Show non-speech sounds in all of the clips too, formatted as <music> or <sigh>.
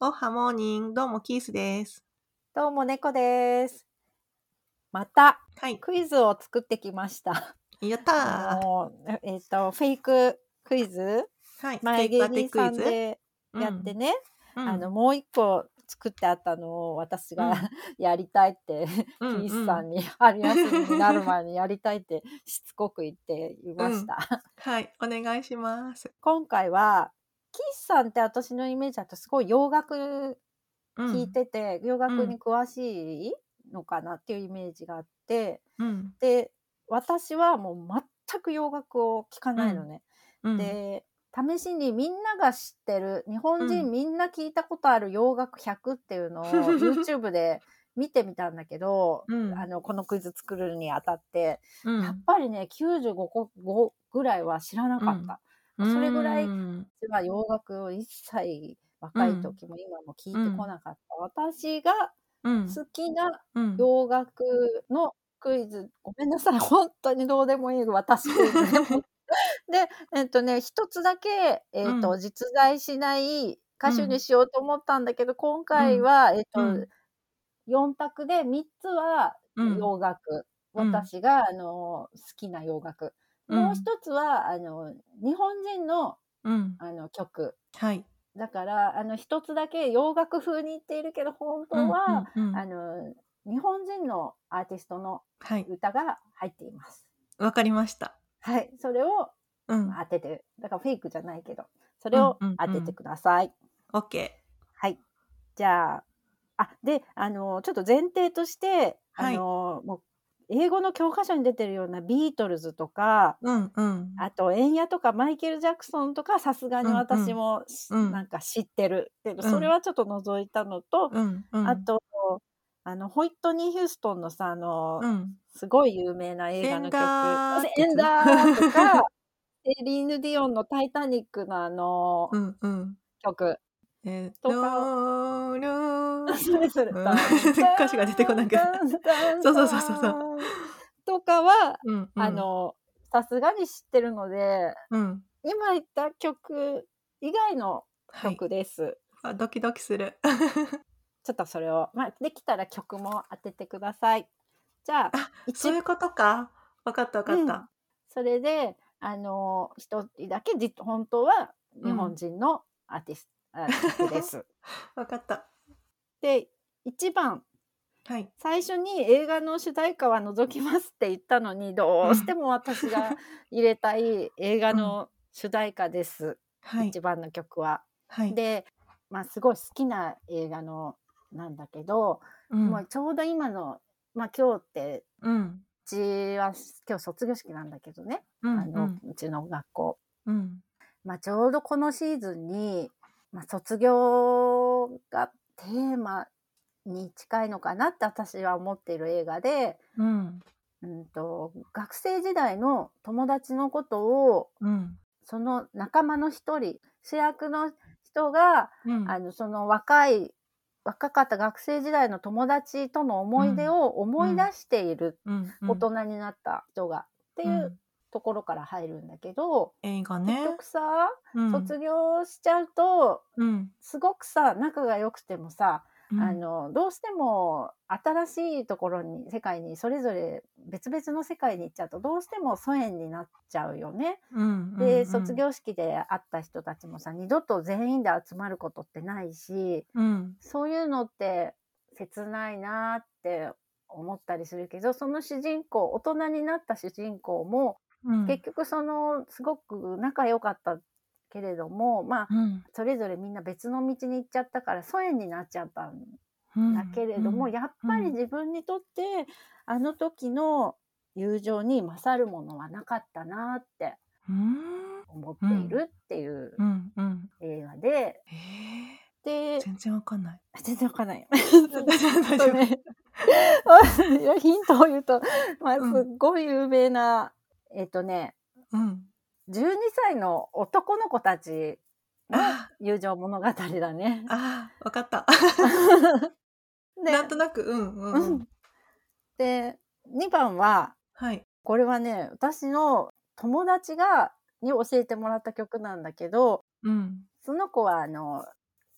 おはモーニング、どうもキースです。どうも猫です。またはい、クイズを作ってきました。やったあー。のえっ、とフェイククイズ、はい、前ケー芸キ人バーさんテクイズでやって、ね、うんあの、もう一個作ってあったのを私が、うん <laughs> やりたいって、うピんースさんに春休みになる前にやりたいってしつこく言っていました。はい、お願いします。今回はキースさんって私のイメージだとすごい洋楽うん聞い、てて、洋楽うんに詳しいのかなっていうイメージがあって。うん、で私はもう全く洋楽を聴かないのね。うん、で試しにみんなが知ってる日本う人んみんな聞いたことある洋楽100ってい <laughs> うのを YouTube で見てみたんだけど、うんあのこのクイズ作るにあたって、うん、やっぱりね95個ぐらいは知らなかった。それぐらいうん私は洋楽を一切若い時も今も聞いてこなかった、私がうん、好きなうん、洋楽のクイズごめんなさい本当にどうでもいい私クイズ <laughs> でえっとね一つだけ、えっとう実在しない歌手うんにしようと思ったんだけど、今回は、えっと、うん4択で3つはうん洋楽、うん私があの好きな洋楽、もう一つはあの日本人のうん、あの曲はい、だからあの一つだけ洋楽風に言っているけど本当は、うん、うんうんあの日本人のアーティストのはい、歌が入っています。わかりました。はい、それをうん、当てて、だからフェイクじゃないけど、それをうんうんうん当ててください。オッケはい、じゃあ、あ、で、あのちょっと前提として、はいあのもう英語の教科書に出てるようなビートルズとか。ー。うん、うん、あと、エンヤとかマイケル・ジャクソンとか、さすがに私もし、うんうんなんか知ってるけど、うんそれはちょっと覗いたのと、うん、うん、あ、と、あの、ホイットニー・ヒューストンのさ、あの、うん、すごい有名な映画の曲。エエンンダダーっーてやつとか、エリーヌ・ディオンのタイタニックのあのうん、うん、曲。えー、とかロールー <laughs> それそれ。うん歌詞が出てこなくなるそうそうそうそうそう。とかは、うん、うんあ、の、さすがに知ってるので、うん、今言った曲以外のはい、曲です。あドキドキする。ちょっとそれを、まあ、できたら曲も当ててください。じゃあ、あ <laughs> 一そういうことか。わかったわかった。それで、あの、一人だけじ、本当は日本人のアーティス <laughs> ト、アーティストです。わかった。で、1番、はい。最初に映画の主題歌は除きますって言ったのに、どうしても私が入れたい映画の主題歌です。はい一。番の曲は。はい。で、まあ、すごい好きな映画の、なんだけど、うんもうちょうど今の、まあ、今日って、うん。うちは今日卒業式なんだけどね、うん。あの、うちの学校。うん。まあ、ちょうどこのシーズンに、まあ、卒業がテーマに近いのかなって私は思っている映画で、うん。うん、と学生時代の友達のことをうん。その仲間の一人主役の人が、うんあのその若い若かった学生時代の友達との思い出を思い出している、うん。大人になった人が、ってういうんところから入るんだけど、映画ね。結局さ、うん卒業しちゃうとうん。すごくさ仲が良くてもさ、うんあ。のどうしても新しいところに世界にそれぞれ別々の世界に行っちゃうとどうしても疎遠になっちゃうよね。うん。うで、ん卒。業式で会った人たちもさ二度と全員で集まることってないしうん。そういうのって切ないなって思ったりするけどその主人公大人になった主人公もうん。結局そのすごく仲良かったけれどもまあうん。それぞれみんな別の道に行っちゃったから疎遠になっちゃったんうん。だけれども、うんやっぱり自分にとって、あの時の友情に勝るものはなかったなってうん。思っているっていううん。うん。映画で、ええ。で全然わかんない。 <laughs> 全然わかんな <laughs> い。大 <laughs> そ丈う夫。ね <laughs> いやヒントを言うと、まあ、すうっんごい有名な、えっ、とねうん。 12歳の男の子たちのあ友情物語だね。あー、わかった。でなんとなく、うん。うんううんん。で2番ははい。これはね私の友達がに教えてもらった曲なんだけどうん。その子はあの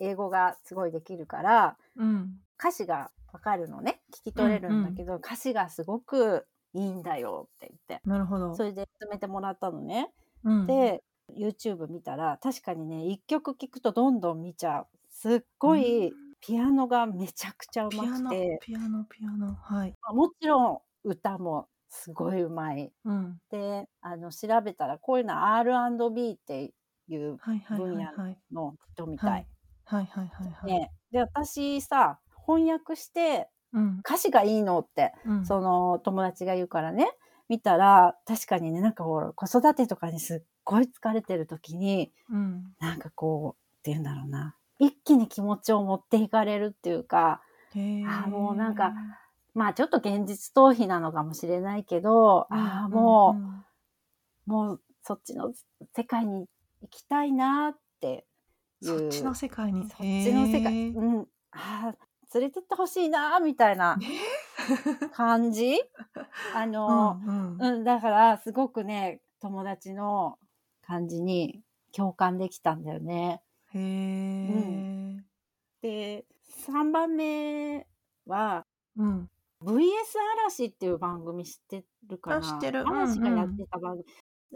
英語がすごいできるからうん。歌詞がわかるのね聞き取れるんだけど、歌詞がすごくいいんだよって言ってなるほど。それで勧めてもらったのね。うん、で YouTube 見たら確かにね一曲聴くとどんどん見ちゃうすっごいピアノがめちゃくちゃうピまアくノて、ピアノピアノはい。まあもちろん歌もすごいうまい。うん。であの調べたらこういうのは R&B っていうはいはいはいはい。はいの人みたい。はいはいはいはい。ね、で私さ翻訳してうん。歌詞がいいのってうん。その友達が言うからね見たら確かにねなんかほら子育てとかにすっごい疲れてる時にうん。なんかこう、っていうんだろうな。一気に気持ちを持っていかれるっていうか、へえ。あもうなんかまあちょっと現実逃避なのかもしれないけど、うん、ああ、もうんうんう、もうそっちの世界に行きたいなっていう。そっちの世界に。そっちの世へ界。えうん。ああ、連れてってほしいなみたいなね <laughs> <laughs> 感じあの、うんうん。うん、だからすごくね、友達の感じに共感できたんだよね。へえ。で3番目はうん。 「VS 嵐」っていう番組知ってるかなあ知ってる嵐がうんうんやってた番組、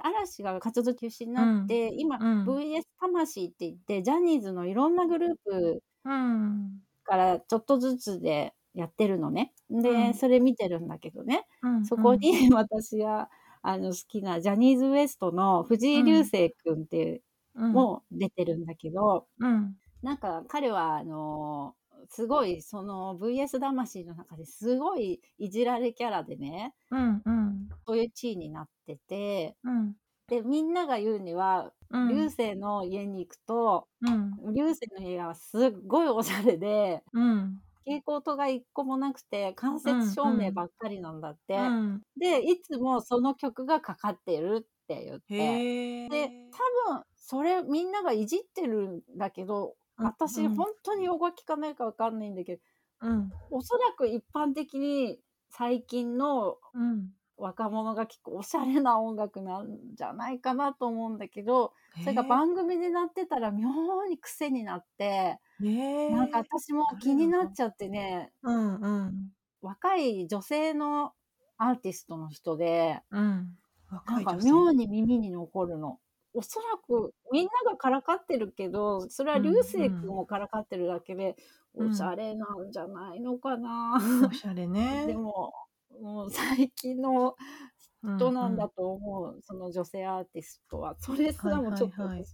嵐が活動休止になって、今、うん VS 魂って言ってジャニーズのいろんなグループうん。からちょっとずつでやってるのねで、うんそれ見てるんだけどねうんそこ。に <laughs> 私があの好きなジャニーズ WEST の藤井流星君っていううんも出てるんだけど、うん。なんか彼はあのすごいその VS 魂の中ですごいいじられキャラでねうん。うん。そういう地位になっててうん。でみんなが言うにはうん。流星の家に行くとうん。流星の家はすっごいおしゃれでうん。蛍光灯が一個もなくて間接照明ばっかりなんだって、うんでいつもその曲がかかってるって言って。へえ。で多分それみんながいじってるんだけどうん私うん本当に用語聞かないかわかんないんだけど、うん。おそらく一般的に最近のうん。若者が聞くおしゃれな音楽なんじゃないかなと思うんだけどそれがン番組でなってたら妙に癖になってななんか私も気になっちゃってねうんうん若い女性のアーティストの人でうん。な若んいか女性妙に耳に残るの。おそらくみんながからかってるけどそれは流星君もからかってるだけで、うんおしゃれなんじゃないのかな。おしゃれね。でも、もう最近のうん、人なんだと思う、その女性アーティストは。そ <laughs> れすらもちょっと私、はいはいはい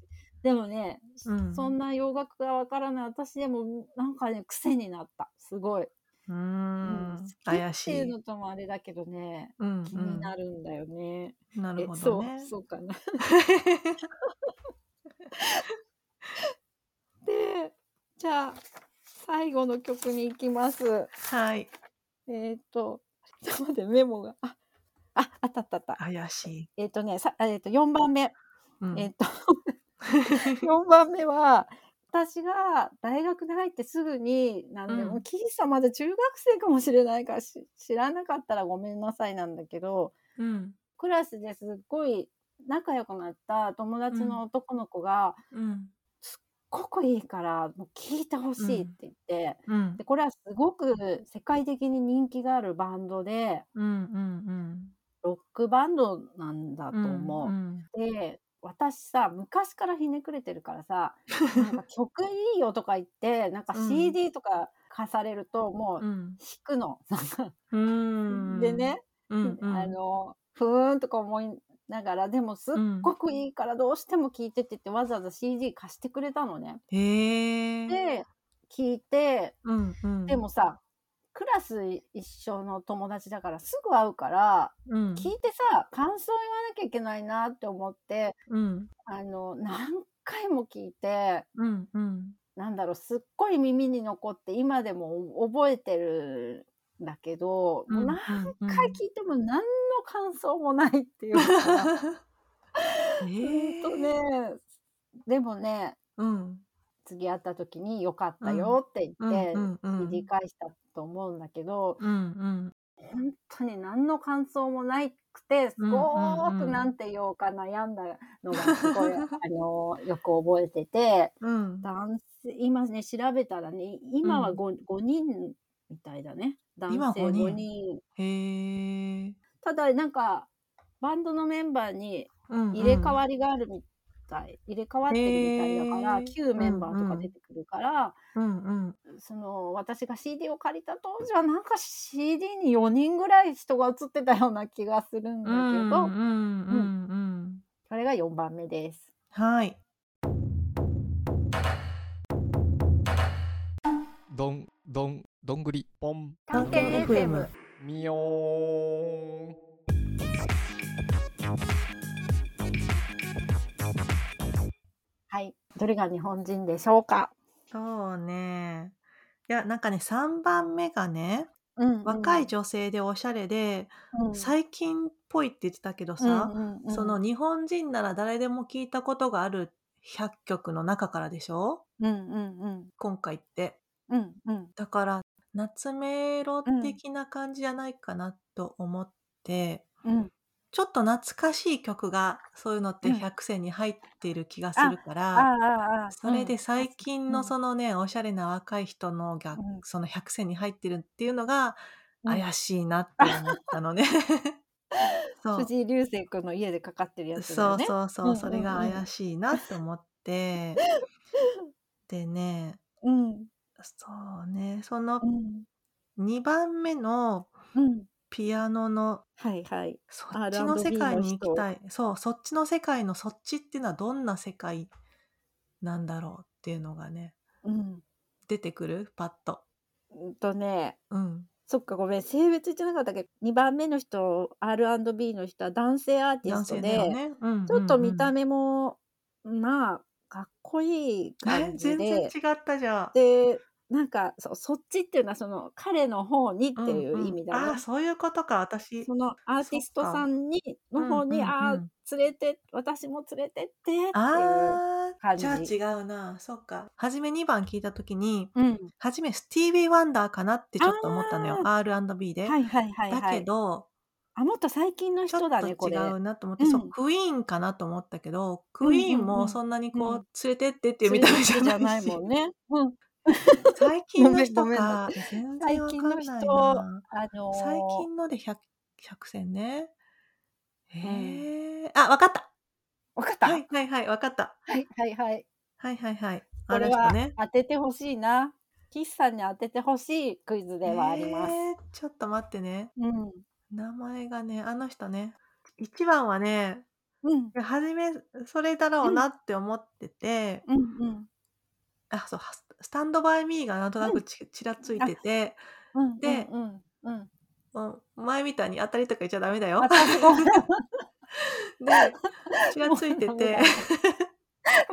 でもね、うんそんな洋楽がわからない私でも、なんかね、癖になった。すごい。う。うんうん好き怪しっい。ていうのともあれだけどね、うんうん、気になるんだよね。なるえほそどうね、。そうか <laughs> な。で、じゃあ、最後の曲に行きます。はい。えっ、と、ちょっと待って、メモが。あ、あ、あったあったあった。怪しい。えっ、とね、さえっ、と、4番目。うん、えっ、と、4番目は、私が大学に入ってすぐに、なんでうも、んキリさんまだ中学生かもしれないからし知らなかったらごめんなさいなんだけど、うんクラスですっごい仲良くなった友達の男の子が、うんここいいから、もう聞いてほしいって言って、うんで、これはすごく世界的に人気があるバンドで、うんうんロックバンドなんだうとん。思う。んで私さ昔からひねくれてるからさなん <laughs> か曲いいよとか言ってなんかうん CD とか貸されるともうう弾んくの。うん。でね、うんうん、あのふーんとか思いながらでもすっごくいいからどうしても聴いてって言ってわざわざ CD 貸してくれたのね。へえ。で聴いてうんうん、でもさクラス一緒の友達だからすぐ会うからうん、聞いてさ感想言わなきゃいけないなって思ってうんあの何回も聞いてうんうんなんだろうすっごい耳に残って今でも覚えてるんだけど、うん。もううん何回聞いても何の感想もないっていうかほうんんとねでもねうん次会った時に「よかったよ」って言ってうんうんうん理解したと思うんだけど、うん本当に何の感想もなくてすごくなんて言おうか悩んだのがすごい、あのよく覚えててうん。男性今ね調べたらね今はうん 5,、五人みたいだね今男性五人5人へえ。ただなんかバンドのメンバーにうん入れ替っわりがあるみたい、入れ替わってるみたいだから、へー旧メンバーとか出てくるから、うんうん。その私が CD を借りた当時はなんか CD に4人ぐらい人が映ってたような気がするんだけうんど、うんうんうん。これが4番目です。はい。どんどんどんぐりポン探検 FM みよーんはい、どれが日本人でしょうか。そうね。いや、なんかね、3番目がね、うんうん若い女性でおしゃれで、うん最近っぽいって言ってたけどうさ、んうんうんその日本人なら誰でも聞いたことがある100曲の中からでしょうんうんうん今回って。うんうんだから、夏メロ的な感じじゃないかなと思って、うんちょっと懐かしい曲が、そういうのってうん100選に入ってる気がするから、ああああそれうでん最近うのんそのね、おしゃれな若い人のが、うんその100選に入ってるっていうのがうん怪しいなって思ったの <laughs> ね。そう藤井流星君の家でかかってるやつだそようね。そううんうんそうう、んそれが怪しいなと思 <laughs> って。でね、うんそうね、そのうん2番目のうんピアノのはいはい。そっちの世界に行きたい。そう、そっちの世界のそっちっていうのはどんな世界なんだろうっていうのがね、うん。出てくるパッと。うんとね、うん。そっかごめん性別言ってなかったけど2番目の人 R&B の人は男性アーティ男スト性で、だよね。うんうんうんちょっと見た目も、まあかっこいいえ感じ全然違でったじゃん。でなんかそそっちっていうのはその彼の方にっていう意味だうんね。うんあーそういうことか、私。そのアーティストさんにの方に、うんうんうんああ連れて私も連れてってっていう。ああ、感じじゃあ違うな。そっか。初め2番聞いたときに、うん、初めスティービー・ワンダーかなってちょっと思ったのよ。R&B で。はいはいはいはい。だけど、あもっと最近のちょ人っだとねこ違れ。うなと思って、うんそう、クイーンかなと思ったけど、クイーンうんうんうもんそんなにこう、うん連れてってっていう見た目じゃないし。もんね。うん、 <laughs> 最近の人ごめんごめんだか。え全最然わか近んなのい人な。あのー最近ので 100, 100選ね。へんえ、あ、わかった。わかった、ははいい、はいはい、わかった。はいはいはいはいはい。こあれるは人ね。当ててほしいな。岸さんに当ててほしいクイズではあります。えーちょっと待ってね。うん名前がね、あの人ね。1番はね、うんはじめ、それだろうなって思ってて、うんうんあ、そう、ススタンドバイミーがなんとなくち,、ちらついてて、うんでうんうんうん。うん前みたいに当たりとか言っちゃダメだよ。私ごめ <laughs> んで、ちらついてもうダメて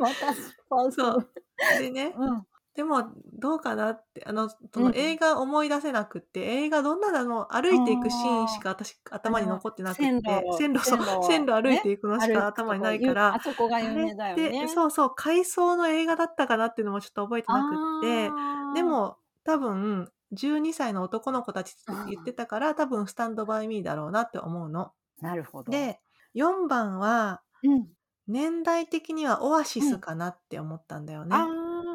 <laughs> だ、私パンそう。 <laughs> でね、うんでもどうかなってあのそうのん映画思い出せなくって、映画どんなだの歩いていくシーンしか私頭に残ってなくってあの線線路路 <laughs> をそう線線路路を歩いていくのし歩くか頭にないかあら、そこが有名だあよれっねて。そうそう回想の映画だったかなっていうのもちょっと覚えてなくってあーでも多分12歳の男の子たちって言ってたから多分スタンドバイミーだろうなって思うの。なるほど。で4番はうん年代的にはオアシスかなって思ったんだよね。あ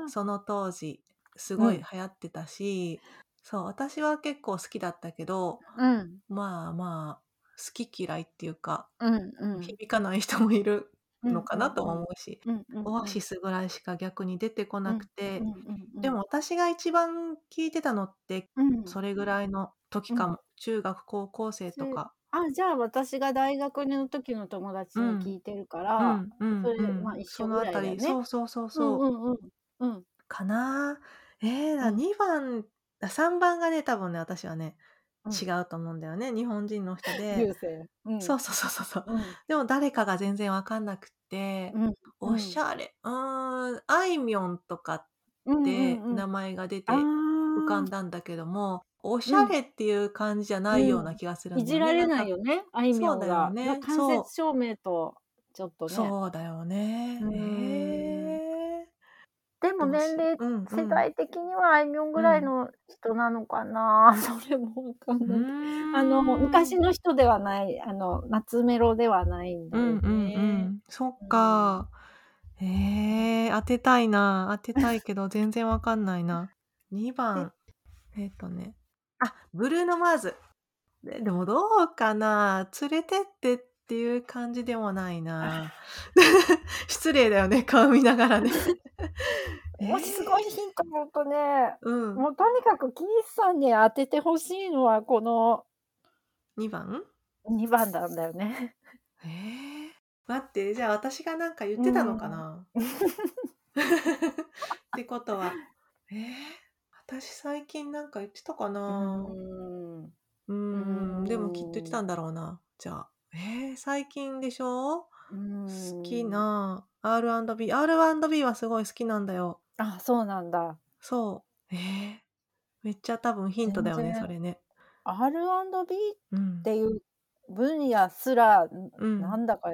その当時すごういん流行ってたし、そう私は結構好きだったけどあうんまあまあ好き嫌いっていうか、うんうん。響かない人もいるのかなともうんうんうん思うし、うんうんうんオアシスぐらいしか逆に出てこなくて、うんうんうんでも、私が一番聞いてたのってうん、それぐらいの時かも、中学高校生とか。あじゃあ私が大学の時の友達に聞いてるから、うんうんそれうんまあ一そ緒ぐのらあいだたよりねそうそうそうそう、うんうんうんうんかなあえー、だうん2番、あ3番がね多分ね私はねうん違うと思うんだよね、日本人の人流で、星、うん、そうそうそうそうそううん、でも誰かが全然わかんなくて、うんおしゃれうーんあいみょんとかうんってうんうん名前が出てあー浮かんだんだけども、おしゃれっていう感じじゃないような気がするんいだよじね、られないんかよねあいみょんそうだが、よねな間接照明とちょっとねそうだよねうんえーでも年齢うんうん世代的にはあいみょんぐらいの人なのかな、 <laughs> それもわかんうない。ーんあの昔の人ではないあの夏メロではないんだうよんね。うんうんそっかえー、当てたいな当てたいけど全然わかんないな2番えっ、とねあブルーノ・マーズででもどうかな連れてってっていう感じでもない <laughs> な <laughs> 失礼だよね顔見ながらねもしすごいヒント言うとね、うんもうとにかく金さんに当ててほしいのはこの2番2番なんだよね。えー、待ってじゃあ私がなんか言 <laughs> ってたのかな、ってことはえー、私最近なんか言ってたかなうんうんうんでもきっと言ってたんだろうなじゃあえー、最近でしょ好き。な R&B R&B はすごい好きなんだよあ、そうなんだ。そうえー、めっちゃ多分ヒントだよ全ね然それね R&B っうんていう分野すら、うんなんだか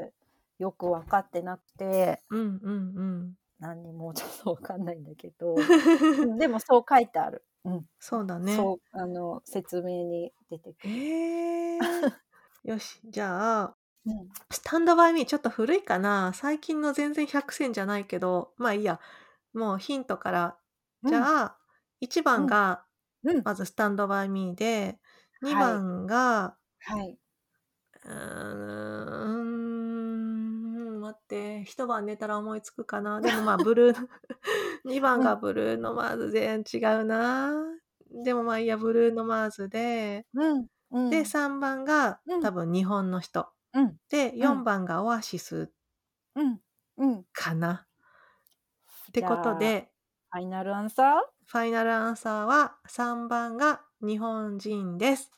よく分かってなくて、うん <laughs> うん何にもちょっと分かんないんだけ <laughs> ど、ううんんでもそう書いてある。うん。そうだねそう、あの、説明に出てくる。えー、 <laughs> よしじゃあうんスタンドバイミーちょっと古いかな最近の全然100選じゃないけどまあいいやもうヒントからじあ、ゃあ、1番がうん。まずスタンドバイミーではい2番が、はい。うーん待って一晩寝たら思いつくかなでもまあブ <laughs> ルー2番がブルーノ・マーズ全然違うなでもまあいいやブルーノ・マーズでうん。うんで、3番がうん多分日本の人、うんで4番がオアシスうん。うん。かな、ってことじゃでファイナルアンサーファイナルアンサーは3番が日本人です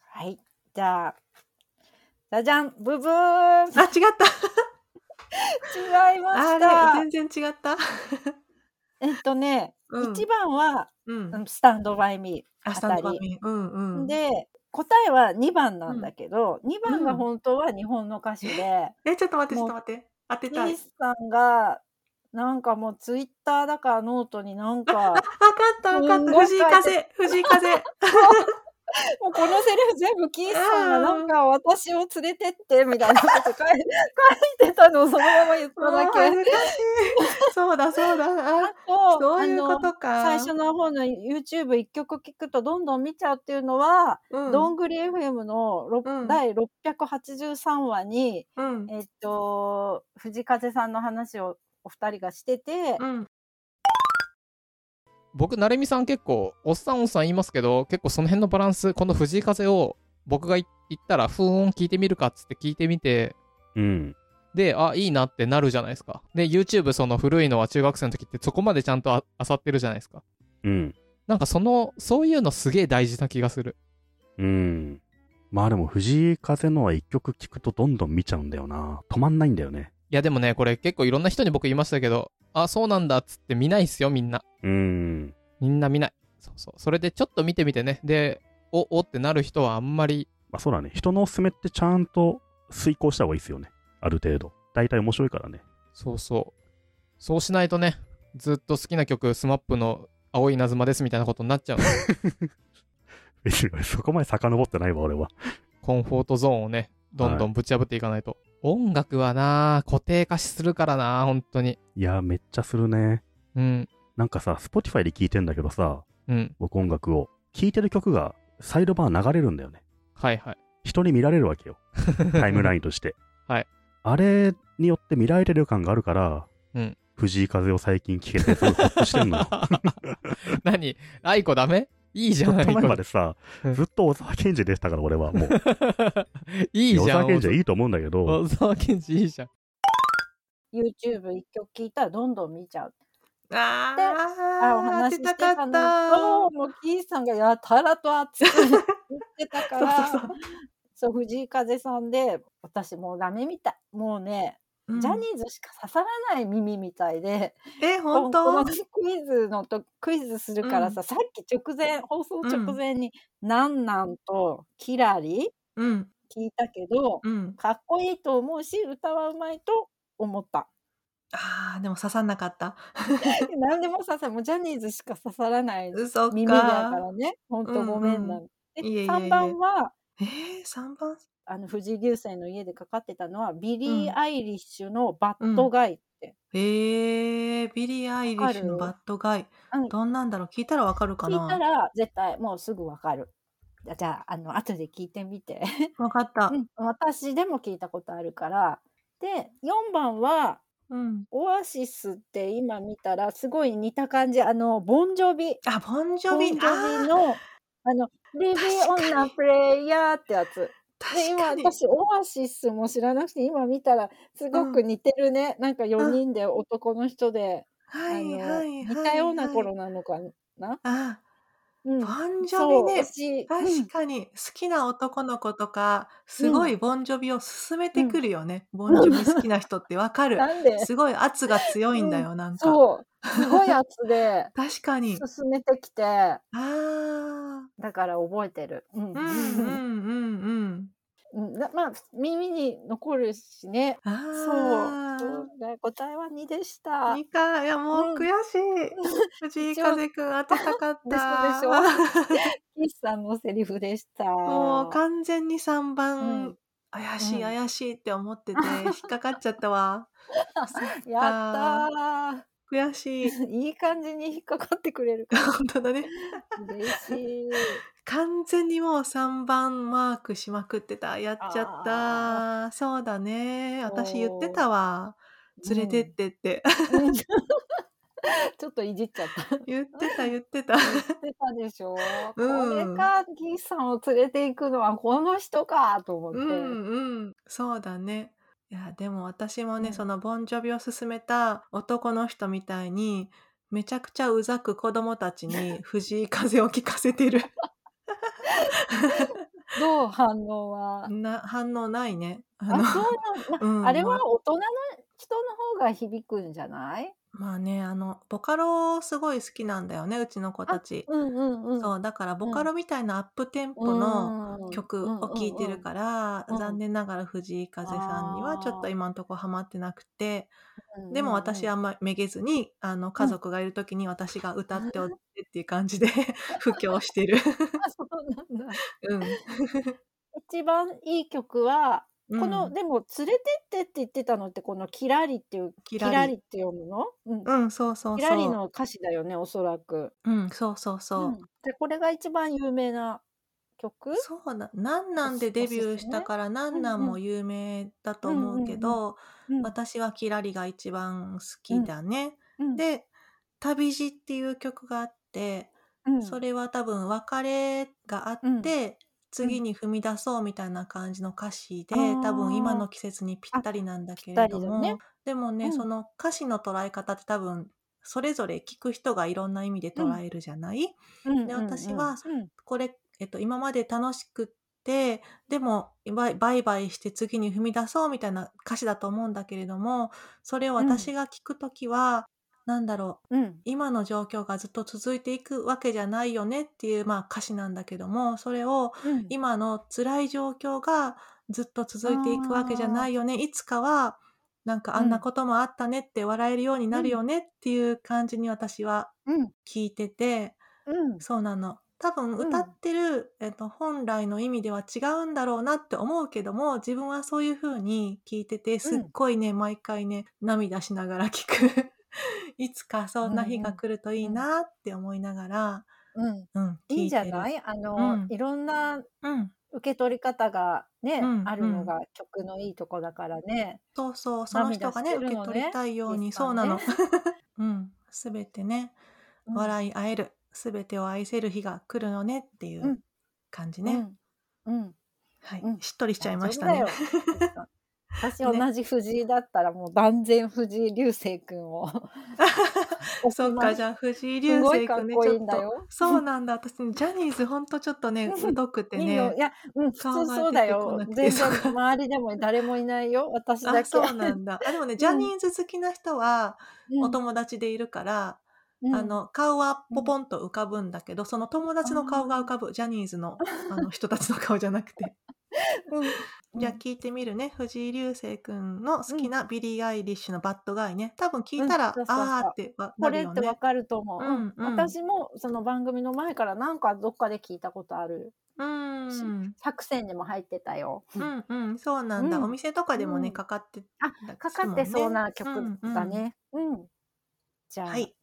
はい。じゃあ、じゃじゃん、ブブーン違あ違ったいましあたれ全然違 <laughs> った、えっとね、うん、一番は、うんうんスタンドバイミーああスタンドたバイり。ミーうんうんで、答えは2番なんだけど、二2番が本当は日本の歌手で、えちょっと待ってちょもっうと待って当てたいミスさんが、なんかもうツイッターだからノートにな <laughs> んか、あ分かった分かうんった藤井風藤井 <laughs> 風もうこのセリフ全部キースさんがなんか私を連れてってみたいなこと書い <laughs> 書いてたのをそのまま言っただあーけ。恥ずかしいそうだそうだ <laughs> ああとそういうあのことか最初の方の YouTube 一曲聴くとどんどん見ちゃうっていうのは、うんどんぐり FM のろ、うん第683話に、うんえっと、藤風さんの話をお二人がしてて、うん僕、なれみさん結構、おっさんおっさん言いますけど、結構その辺のバランス、この藤井風を僕がい言ったら、ふーん聞いてみるかっつって聞いてみて、うん。で、あ、いいなってなるじゃないですか。で、YouTube その古いのは中学生の時ってそこまでちゃんとああさってるじゃないですか。うん。なんかその、そういうのすげえ大事な気がする。うん。まあでも、藤井風のは一曲聴くとどんどん見ちゃうんだよな。止まんないんだよね。いやでもね、これ結構いろんな人に僕言いましたけど、あ、そうなんだっつって見ないっすよ、みんな。うん。みんな見ない。そうそう。それでちょっと見てみてね。で、お、おってなる人はあんまり、まあそうだね。人のおすすめってちゃんと遂行した方がいいですよね。ある程度。大体面白いからね。そうそう。そうしないとね、ずっと好きな曲、スマップの青い稲妻ですみたいなことになっち <laughs> ゃうの。別に俺そこまで遡ってないわ、俺は。コンフォートゾーンをね、どんどんぶち破っていかないと。音楽はなあ、固定化するからなあ、本当に。いや、めっちゃするね。うん、なんかさ、Spotify で聴いてんだけどさ、うん。僕音楽を。聴いてる曲がサイドバー流れるんだよね。はいはい。人に見られるわけよ。タイムラインとして。はい。あれによって見られてる感があるから、うん藤井風を最近聴けて、すごいホッとして <laughs> んのよ。 <laughs> 何アイコダメいいじゃん、アイ前コまでさうん、ずっと小沢健二でしたから、俺は。もう。 <laughs> いい小じゃ沢ん。健二はいいと思うんだけど、小沢健二いいじゃん。 YouTube 一曲聴いたらどんどん見ちゃう。ああー当お話してしてたかたっのたと、もうキーさんがやたらと熱く <laughs> 言ってたから、そそううそう藤井風さんで、私もうダメみたい。もうね、うんジャニーズしか刺さらない耳みたいで、え本当このクイズのと、クイズするからさ、さっき直前、放送直前に、なんなんとキラリうん聞いたけど、うんかっこいいと思うし、歌はうまいと思った。 <laughs> あーでも刺さんなかった。何でも刺さもうジャニーズしか刺さらない嘘か。耳だからね本うん当うんごめんなんでいえいえいえ3番はえー、3番あの藤井牛星の家でかかってたのはビうリんー・アイリッシュの「バッドガイ」って、えー、ビリー・アイリッシュのわかるバッドガイうん。どんなんだろう聞いたらわかるか聞いたなら絶対もうすぐわかるじゃああの後で聞いてみ <laughs> て、わかった。私でも聞いたことあるからで4番はうん。オアシスって今見たらすごい似た感じあのボンジョビあ、ボンジョボンビ。ジあョビーのあの「リビオンナプレイヤー」ってやつで確今かに。私オアシスも知らなくて今見たらすごく似てるね、なんか4人で男の人で、はあいのはいはい。似たようなはい頃。なのかな、あうー、ん、ボンジそョうビね。私確かに好きな男の子とかすごいボンジョビを勧めてくるよね、ボンジョビ好きな人ってわか <laughs> うんるなんですごい圧が強いんだよなんか、そうすごいやつで確かに進めてきてあーだから覚えてる、ううんんうんうんうんうんなまあ耳に残るしねあそうーそうね答えは2でした二回いやもううん悔しい、 <laughs> 藤井風くん当てたかったですでしょ岸さんのセリフでしたもう完全に三番、うん怪しいうん怪しいって思ってて引っかかっちゃった <laughs> わやったー悔しい <laughs> いい感じに引っかかってくれるから <laughs> 本当だね嬉しい。完全にもう3番マークしまくってたやっちゃったそうだね私言ってたわ <laughs> 連れてってって、 <laughs> うん。 <laughs> ちょっといじっちゃった。言って <laughs> た言ってた言ってたでしょ。こうんれか、ギーさんを連れて行くのはこの人かと思って。うんうんそうだねいやでも私もね、うんそのボンジョビを勧めた男の人みたいにめちゃくちゃうざく子供たち <laughs> に藤井風を聞かせてるどう反応は。な反応ないねああ、のそうなんだ。うんあれは大人の人の方が響くんじゃないまあねあのボカロすごい好きなんだよねうちの子たちうんうんうん。そうだからボカロみたいなアップテンポのの曲を聴いてるから、うん残念ながら藤井風さんにはちょっと今のところハマってなくて、でも私あはんまめげずにあの家族がいる時に私が歌って踊 <laughs> ってっていう感じで <laughs> 布教してる、 <laughs> そうなんだ。うん一番いい曲は、うんこの、でも、連れてってって言ってたのって、このキラリっていう、キキララリリって読むの、うん、うんそうそうキラリそう、の歌詞だよね、おそらく。うん、そうそうそう、んで、これが一番有名な曲そうだ「なんなん」でデビューしたから「なんなん」も有名だと思うけど、うんうん私は「キラリ」が一番好きだね。うん、で「旅路」っていう曲があって、うんそれは多分別れがあって、次に踏み出そうみたいな感じの歌詞で、うん多分今の季節にぴったりなんだけれども、あぴったりだねでもね、うんその歌詞の捉え方って多分それぞれ聞く人がいろんな意味で捉えるじゃない、うんうんで私はうんこれ、えっと、今まで楽しくってでもバイバイバイして次に踏み出そうみたいな歌詞だと思うんだけれどもそれを私が聞くときは、なんだろううん今の状況がずっと続いていくわけじゃないよねっていう、まあ、歌詞なんだけどもそれをうん今の辛い状況がずっと続いていくわけじゃないよねいつかはなんかあんなこともあったねって笑えるようになるよねっていう感じに私はうん聞いてて、うんそうなの多分歌ってる、えっと、本来の意味では違うんだろうなって思うけども自分はそういう風に聞いててすっごいね、毎回ね涙しながら聞く <laughs> いつかそんな日が来るといいなって思いながら、うんうん聞いてるいいんじゃないあの、うんいろんなうん、受け取り方がね、うんあるのが曲のいいとこだからね。そうそうその人がね涙し受てるけのね取りたいように、リスそさうんなね <laughs> のうん全てねうん笑い合える全てを愛せる日が来るのねっていううん感じね、うん。うんはい、うんしっとりしちゃいましたね <laughs> 大丈夫だよ私ね同じ藤井だったらもう断然藤井流星 <laughs> 君をそっか、じゃあ藤井流すご星いかっ君ね、こちいいょんっだと。よ。そうなんだ、私、ジャニーズほんとちょっとね、疎くていいよねい。や、うん、普通顔がそうだよ出てこなく。て全然周りでも誰もいないよ。私だあ、け。そうなんだ。あ、でも <laughs> ね、ジャニーズ好きな人は、うんお友達でいるから、うんあの、顔はポポン <laughs> と浮かぶんだけど、その友達の顔が浮かぶ、ジャニーズの、あの、人たちの顔じゃなくて。うんじゃあ聞いてみるね。藤井流星くんの好きなビリー・アイリッシュのバッドガイね。多分聞いたら、うんそうそうそうあーってわこなるれよってね。わかると思うう、んうん私もその番組の前からなんかどっかで聞いたことあるうん。うん作戦にも入ってたよ、うん、そうなんだ、うんお店とかでもね、うんかかってあたかかってそうな曲だ。もんねうん、じゃうんあ、はい。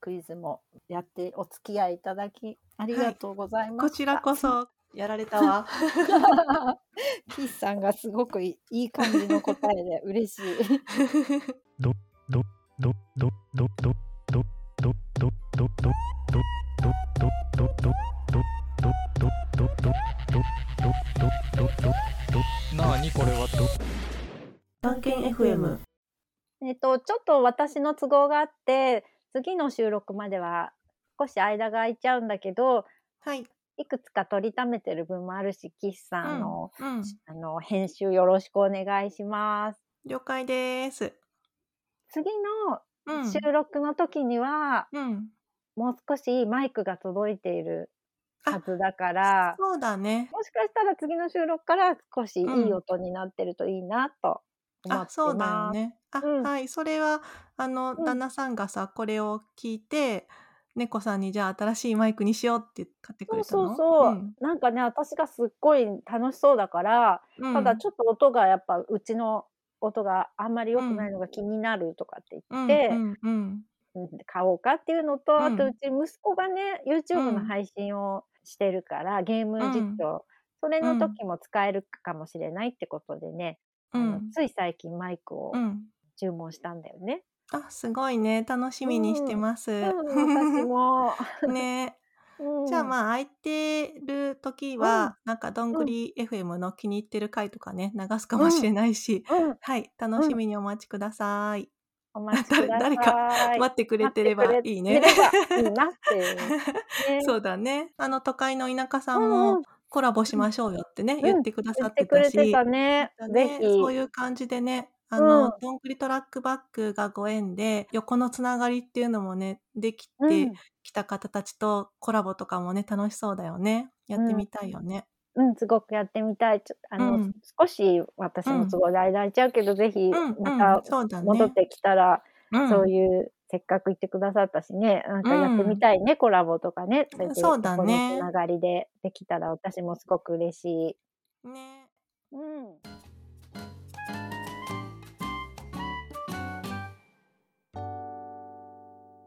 クイズもやってお付き合いいただきありがとうございまこす、ちらこそ、やられたわ。 <laughs> 岸さんがすごくいいいい感じの答えで嬉しいなあにこれは探検 FM。 <laughs> えっとちょっと私の都合があって次の収録までは少し間が空いちゃうんだけどはい。いくつか取りためてる分もあるし岸さんあの、うん。あの、編集よろしくお願いします。了解です。次うんの。収録の時には、うん。もう少しマイクが届いているあはずだから、そうだね。もしかしたら次の収録から少しいうんい音になってるといいなと思ってあます。そうだよね。あ、うんはい。それは、あの、うん旦那さんがさ、これを聞いて、猫さんにじゃあ新しいマイクにしようって買ってくそれうたのそうそう、んなんかね、私がすっごい楽しそうだから、うんただちょっと音がやっぱうちの音があんまり良くないのが気になるとかって言って、うんうんうんうん買おうかっていうのと、んあとうち息子がね YouTube うのん配信をしてるから、ゲーム実況、それの時も使えるかもしれないってことでね、うあのんつい最近マイクをうん注文したんだよね。あすごいね楽しみにしてます。うん、私 <laughs> も、 <laughs> ね、うんじゃあまあ空いてる時は、なんかどんぐり FM の気に入ってる回とかね流すかもしれないし、 <laughs> うん、はい楽しみにお待ちください。お待ちください。誰か待ってくれてればいいね。 <laughs> 待ってくれてればいいなっていうね、ねそうだね。あの都会の田舎さんうんうもんコラボしましょうよってね、ん言ってくだ言さっっててくたれし、てたね。ぜねひ。そういう感じでね、あの、うんどんぐりトラックバックがご縁で、横のつながりっていうのもね、できうてんきた方たちとコラボとかもね、楽しそうだよね。やってみたいよね。うん、すごくやってみたい。ちょあの、うん少し私の都合で間空いちゃうけど、ぜひうん、うん、またそうだね。戻ってきたら、うんそういう、せっかく行ってくださったしね、なんかやってみたいね、コラボとかね、そうだねこのつながりでできたら私もすごく嬉しい。ね